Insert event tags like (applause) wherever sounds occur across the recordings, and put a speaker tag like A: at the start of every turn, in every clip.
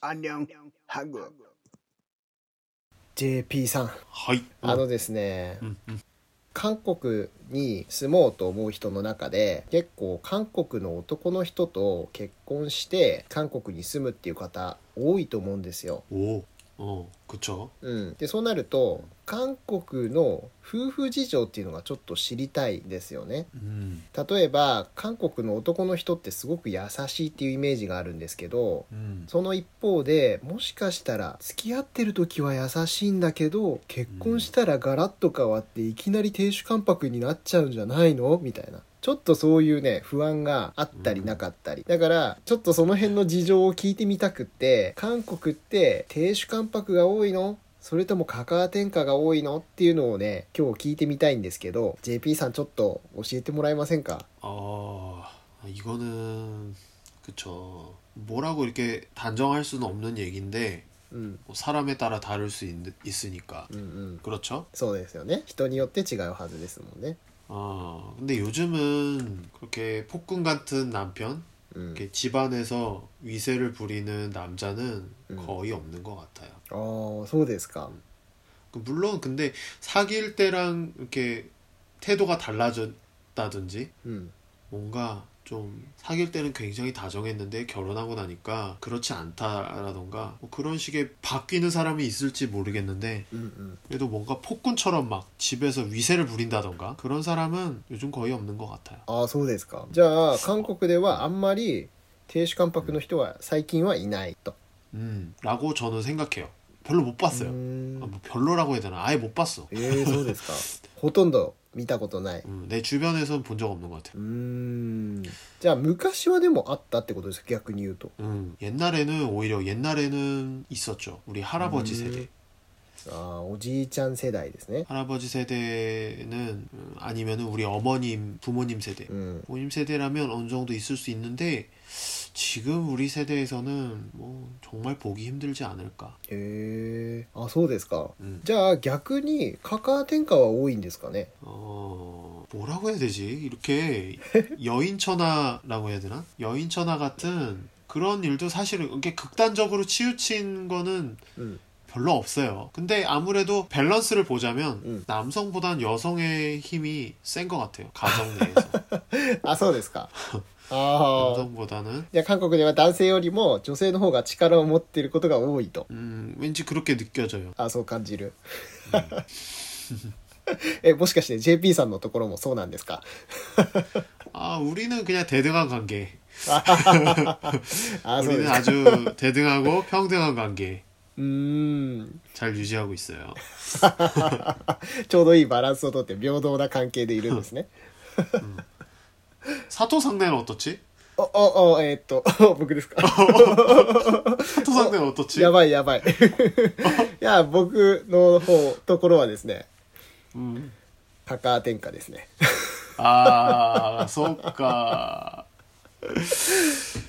A: 안녕 한국
B: ？JP さん、
C: はい。
B: あのですね、
C: うんうん
B: 韓国に住もうと思う人の中で結構韓国の男の人と結婚して韓国に住むっていう方多いと思うんですよ。
C: 오, 어, 그쵸.
B: うん、でそうなると韓国の夫婦事情っていうのがちょっと知りたいですよね。
C: 음,
B: 例えば韓国の男の人ってすごく優しいっていうイメージがあるんですけど
C: 음,
B: その一方でもしかしたら付き合ってる時は優しいんだけど結婚したらガラッと変わっていきなり亭主関白になっちゃうんじゃないのみたいな。ちょっとそういうね不安があったりなかったり、だからちょっとその辺の事情を聞いてみたくって韓国って亭主関白が多いのそれともカカア天下が多いのっていうのをね今日聞いてみたいんですけど JP さんちょっと教えてもらえませんか
C: 아, 이거는, 그쵸. 뭐라고 이렇게 단정할 수는 없는 얘기인데,
B: うん
C: 뭐 사람에 따라 다를 수 있, 있으니까.
B: うんうん
C: 그렇죠?
B: そうですよね人によって違うはずですもんね
C: 아, 근데 요즘은 그렇게 폭군 같은 남편?
B: うん
C: 이렇게 집안에서 위세를 부리는 남자는
B: 음.
C: 거의 없는 것 같아요.
B: ああそうですか
C: 그 물론 근데 사귈 때랑 이렇게 태도가 달라졌다든지
B: うん、
C: 뭔가 좀 사귈 때는 굉장히 다정했는데 결혼하고 나니까 그렇지 않다라던가 뭐 그런 식의 바뀌는 사람이 있을지 모르겠는데
B: うんうん、
C: 그래도 뭔가 폭군처럼 막 집에서 위세를 부린다던가 그런 사람은 요즘 거의 없는 것 같아요.
B: ああそうですかじゃあ韓国ではあんまり亭主関白の人は最近はいないと
C: 음, 라고 저는 생각해요. 별로
B: う
C: 못
B: ー
C: 봤어요. 아,
B: ん
C: 뭐 별로라고 해야 되나? 아예 못 봤어.
B: ええそうですか (laughs) ほとんど見たことない
C: 음, 내 주변에선 본 적 없는 것 같아요.
B: うーんじゃあ昔はでもあったってことですか逆に言うと
C: 음, 옛날에는 오히려 옛날에는 있었죠. 우리 할아버지
B: 음.
C: 세대.
B: ああおじいちゃん世代ですね
C: 할아버지 세대는 음, 아니면은 우리 어머님, 부모님 세대.
B: うん
C: 부모님 세대라면 어느 정도 있을 수 있는데 지금 우리 세대에서는 뭐 정말 보기 힘들지 않을까.
B: へえあそうですか
C: 음.
B: じゃあ逆にカカア天下は多いんですか (laughs) ね
C: 어, 뭐라고 해야 되지? 이렇게 여인천하라고 해야 되나? 여인천하 같은 그런 일도 사실은 이렇게 극단적으로 치우친 거는
B: うん、
C: 별로 없어요. 근데 아무래도 밸런스를 보자면
B: 음.
C: 남성보단 여성의 힘이 센 것 같아요. 가정 내에서
B: あそうです (laughs) かああ
C: 남성보다는
B: じゃあ韓国では男性よりも女性の方が力を持っていることが多いと
C: 음 왠지 그렇게 느껴져요.
B: あそう感じる (laughs) えもしかして JP さんのところもそうなんですか
C: 아 우리는 그냥 대등한 관계.
B: あそうで
C: 우리는
B: すか
C: 아주 대등하고 평등한 관계
B: うーん
C: 잘 유지하고 있어요.
B: ちょうどいいバランスをとって平等な関係でいるんですね
C: 사토 상대는 어떻지?
B: おおおえーっと (laughs) 僕ですか
C: 사토 상대는 어떻지?
B: やばいやばいいや僕の方ところはですね
C: 음.
B: カカア天下ですね
C: 아 소까.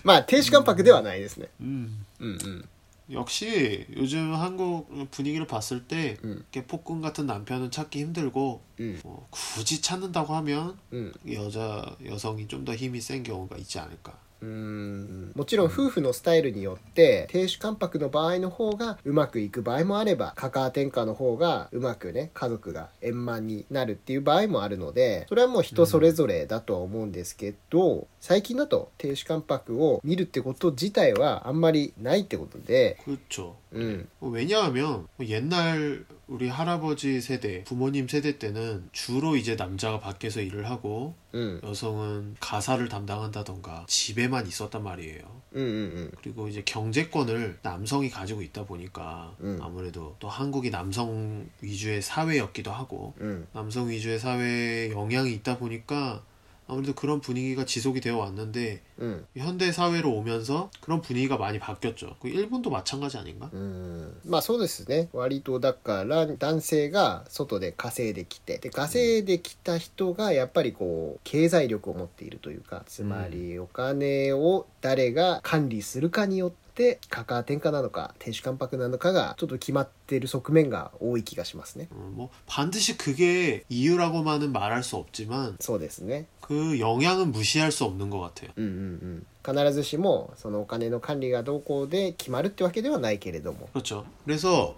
B: まあ亭主関白ではないですね
C: 음.
B: うんうん
C: 역시 요즘 한국 분위기를 봤을 때
B: 음.
C: 이렇게 폭군 같은 남편은 찾기 힘들고
B: うん
C: 뭐 굳이 찾는다고 하면
B: うん
C: 여자 여성이 좀 더 힘이 센 경우가 있지 않을까.
B: うーんもちろん夫婦のスタイルによって亭主関白の場合の方がうまくいく場合もあればカカア天下の方がうまくね家族が円満になるっていう場合もあるのでそれはもう人それぞれだとは思うんですけど、最近だと亭主関白を見るってこと自体はあんまりないってことで、
C: 그렇죠.
B: うん、
C: 왜냐하면 뭐 옛날 우리 할아버지 세대, 부모님 세대 때는 주로 이제 남자가 밖에서 일을 하고
B: うん、
C: 여성은 가사를 담당한다던가 집에만 있었단 말이에요.
B: うんうん
C: 그리고 이제 경제권을 남성이 가지고 있다 보니까
B: 음.
C: 아무래도 또 한국이 남성 위주의 사회였기도 하고
B: うんうん
C: 남성 위주의 사회에 영향이 있다 보니까 아무래도 그런 분위기가 지속이 되어 왔는데
B: うん、
C: 현대 사회로 오면서 그런 분위기가 많이 바뀌었죠. 그 일본도 마찬가지 아닌가?
B: うんまあそうですね割とだから男性が外で稼いできてで稼いできた人がやっぱりこう経済力を持っているというかつまりお金を誰が管理するかによってってカカア天下なのか亭主関白なのかがちょっと決まってる側面が多い気がしますね
C: 어, 뭐 반드시 그게 이유라고만은 말할 수 없지만
B: そうですね
C: 그 영향은 무시할 수 없는 것 같아요.
B: うんうんうん必ずしもそのお金の管理がどうこうで決まるってわけではないけれども
C: 그렇죠. 그래서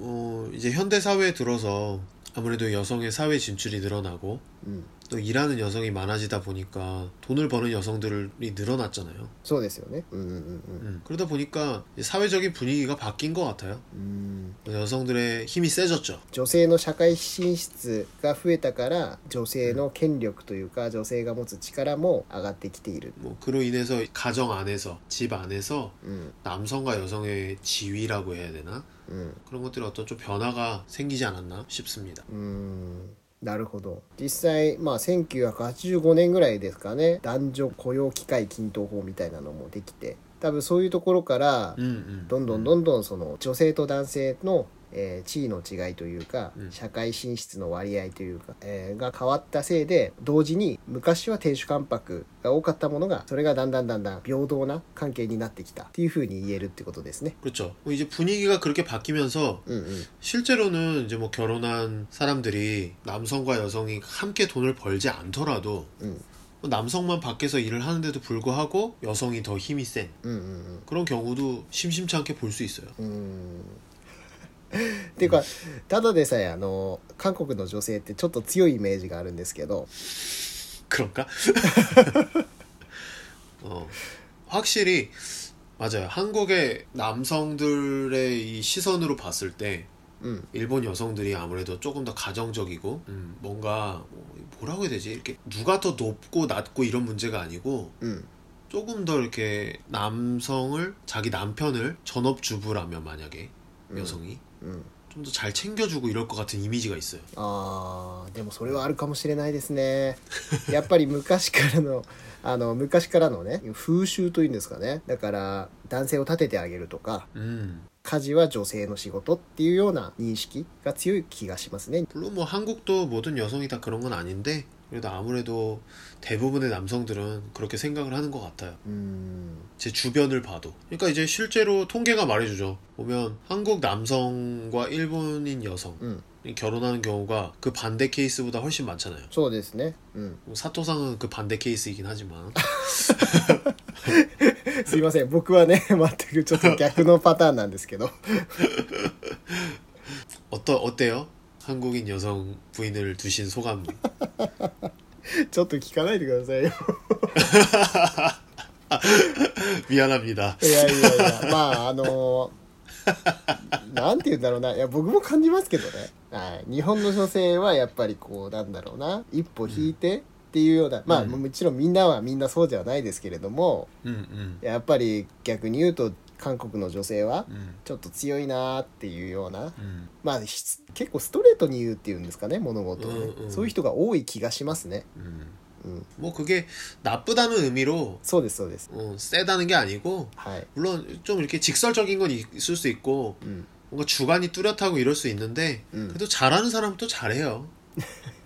C: 어, 이제 현대 사회에 들어서 아무래도 여성의 사회 진출이 늘어나고
B: うん
C: 또 일하는 여성이 많아지다 보니까 돈을 버는 여성들이 늘어났잖아요.
B: そうですよねうんうんうん
C: 음, 그러다 보니까 이제 사회적인 분위기가 바뀐 것 같아요.
B: うんうん
C: 여성들의 힘이 세졌죠.
B: 女性の社会進出が増えたから女性の権力というか女性が持つ力も上がってきている、
C: 뭐 그로 인해서 가정 안에서 집 안에서
B: うん、
C: 남성과 여성의 지위라고 해야 되나
B: うん、
C: 그런 것들이 어떤 좀 변화가 생기지 않았나 싶습니다.
B: うーんなるほど実際まあ1985年ぐらいですかね男女雇用機会均等法みたいなのもできて多分そういうところから
C: 음 음.
B: どんどんどんどんその女性と男性の、えー地位の違いというか
C: うん
B: 社会進出の割合というか、えーが変わったせいで同時に昔は亭主関白が多かったものがそれがだんだんだんだん平等な関係になってきたっていうふうに言えるってことですね。
C: 그렇죠. 뭐 이제 분위기가 그렇게 바뀌면서
B: うんうん、
C: 실제로는 이제 뭐 결혼한 사람들이 남성과 여성이 함께 돈을 벌지 않더라도
B: 음.
C: 뭐 남성만 밖에서 일을 하는데도 불구하고 여성이 더 힘이 센
B: うんうんうん
C: 그런 경우도 심심치 않게 볼 수 있어요.
B: うーんっていうかただでさえあの韓国の女性ってちょっと強いイメージがあるんですけど
C: 그런가? 어, 확실히 맞아요. 한국의 남성들의 이 시선으로 봤을 때
B: うん、
C: 일본 여성들이 아무래도 조금 더 가정적이고 음, 뭔가 뭐, 뭐라고 해야 되지? 이렇게 누가 더 높고 낮고 이런 문제가 아니고
B: うん、
C: 조금 더 이렇게 남성을 자기 남편을 전업주부라면 만약에 여성이
B: うん、
C: 좀 더 잘 챙겨주고 이럴 것 같은 이미지가 있어요.
B: あーでもそれはあるかもしれないですねやっぱり昔からの (laughs) あの昔からのね風習というんですかねだから男性を立ててあげるとか
C: 음.
B: 家事は女性の仕事っていうような認識が強い気がしますね
C: 물론 뭐 한국도 모든 여성이 다 그런 건 아닌데 그래도 아무래도 대부분의 남성들은 그렇게 생각을 하는 것 같아요.
B: うーん
C: 제 주변을 봐도. 그러니까 이제 실제로 통계가 말해주죠. 보면 한국 남성과 일본인 여성이
B: うん
C: 결혼하는 경우가 그 반대 케이스보다 훨씬 많잖아요.
B: そうですねうん
C: 사토상은 그 반대 케이스이긴 (laughs) 하지만
B: すいません僕はね全 (laughs) くちょっと逆のパターンなんですけど
C: 어떠 어때요? 한국인 여성 부인을 두신 소감. (laughs)
B: ちょっと聞かないでくださいよ
C: 미안합니다.
B: いやいやいやまああのなんて言うんだろうないや僕も感じますけどね、はい、日本の女性はやっぱりこうなんだろうな一歩引いてっていうような、まあ
C: うん
B: もちろんみんなはみんなそうではないですけれども
C: 음, 음.
B: やっぱり逆に言うと韓国の女性は
C: 음.
B: ちょっと強いなーっていうような
C: 음.
B: まあし結構ストレートに言うっていうんですかね物事をね、
C: うんうん
B: そういう人が多い気がしますね
C: 음.
B: 음.
C: 뭐 그게 나쁘다는 의미로
B: そうですそうです
C: 어, 세다는 게 아니고
B: はい、
C: 물론 좀 이렇게 직설적인 건 있을 수 있고
B: うん、
C: 뭔가 주관이 뚜렷하고 이럴 수 있는데
B: 음.
C: 그래도 잘하는 사람은 또 잘해요.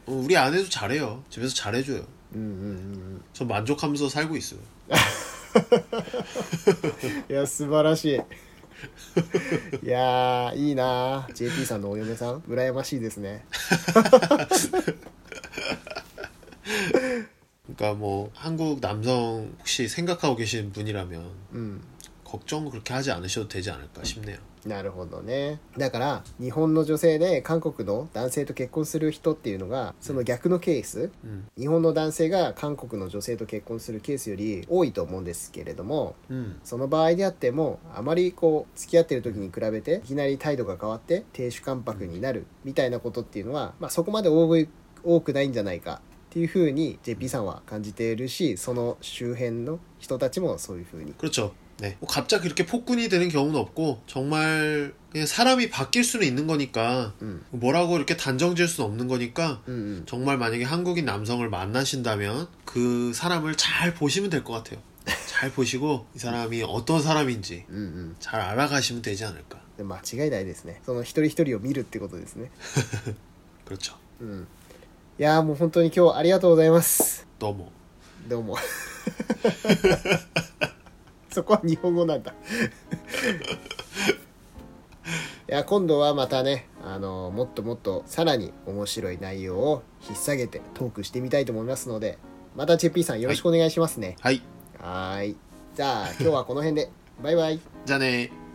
C: 어, 우리 아내도 잘해요. 집에서 잘해줘요.
B: うんうんうんうん
C: 전 만족하면서 살고 있어요.
B: いや素晴らしいいやーいいなー JP さんのお嫁さん羨ましいですね
C: 그러니까 뭐 한국 남성 혹시 생각하고 계신 분이라면
B: うん
C: 걱정 그렇게 하지 않으셔도 되지 않을까 싶네요.
B: なるほどねだから日本の女性で韓国の男性と結婚する人っていうのがその逆のケース
C: 음,
B: 日本の男性が韓国の女性と結婚するケースより多いと思うんですけれども
C: 음,
B: その場合であってもあまりこう付き合ってる時に比べていきなり態度が変わって亭主関白になるみたいなことっていうのは、まあ、そこまで多い多くないんじゃないかっていうふうに JP さんは感じているしその周辺の人たちもそういうふうに
C: 그렇죠. 네, 뭐 갑자기 이렇게 폭군이 되는 경우는 없고 정말 그냥 사람이 바뀔 수는 있는 거니까
B: うん、
C: 뭐라고 이렇게 단정지을 수는 없는 거니까
B: うんうん、
C: 정말 만약에 한국인 남성을 만나신다면 그 사람을 잘 보시면 될 것 같아요. 잘 보시고 이 사람이 어떤 사람인지
B: うんうん
C: 잘 알아가시면 되지 않을까.
B: で間違いないですねその一人一人を見るってことですね
C: 그렇죠.
B: うんいやーもう本当に今日ありがとうございます
C: 너무.
B: (laughs) どうもそこは日本語なんだいや今度はまたねあのもっともっとさらに面白い内容を引っ提げてトークしてみたいと思いますのでまたチェッピーさんよろしくお願いしますね
C: はい
B: はーいじゃあ今日はこの辺でバイバイ
C: じゃあねー